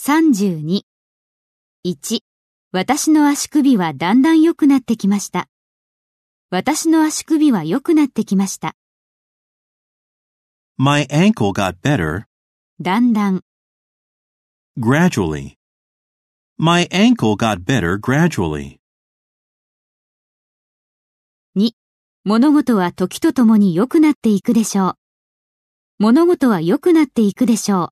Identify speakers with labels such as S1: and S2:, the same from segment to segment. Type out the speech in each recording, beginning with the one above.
S1: 32.1. 私の足首はだんだん良くなってきました。私の足首は良くなってきました。
S2: My ankle got better
S1: だんだん、
S2: gradually. My ankle got better gradually.
S1: 物事は時とともに良くなっていくでしょう。物事は良くなっていくでしょう。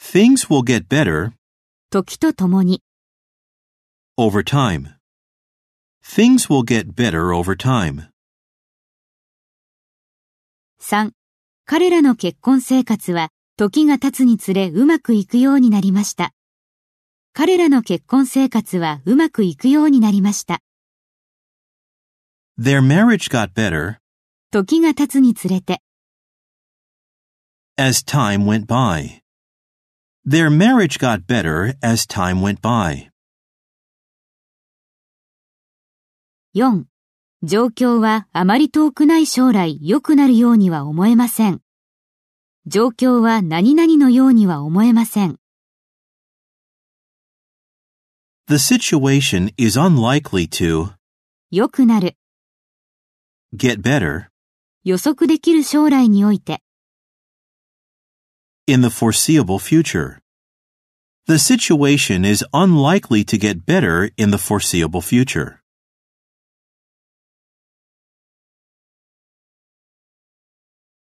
S2: Things will get better
S1: 時とともに、
S2: over time. Things will get better over time.
S1: 3. 彼らの結婚生活は、時が経つにつれうまくいくようになりました。彼らの結婚生活はうまくいくようになりました。
S2: Their marriage got better
S1: 時が経つにつれて、
S2: as time went by. Their marriage got better as time went by.
S1: 4. 状況はあまり遠くない将来良くなるようには思えません。状況は何々のようには思えません。
S2: The situation is unlikely to
S1: 良くなる、
S2: get better
S1: 予測できる将来において、
S2: in the foreseeable future. The situation is unlikely to get better in the foreseeable future.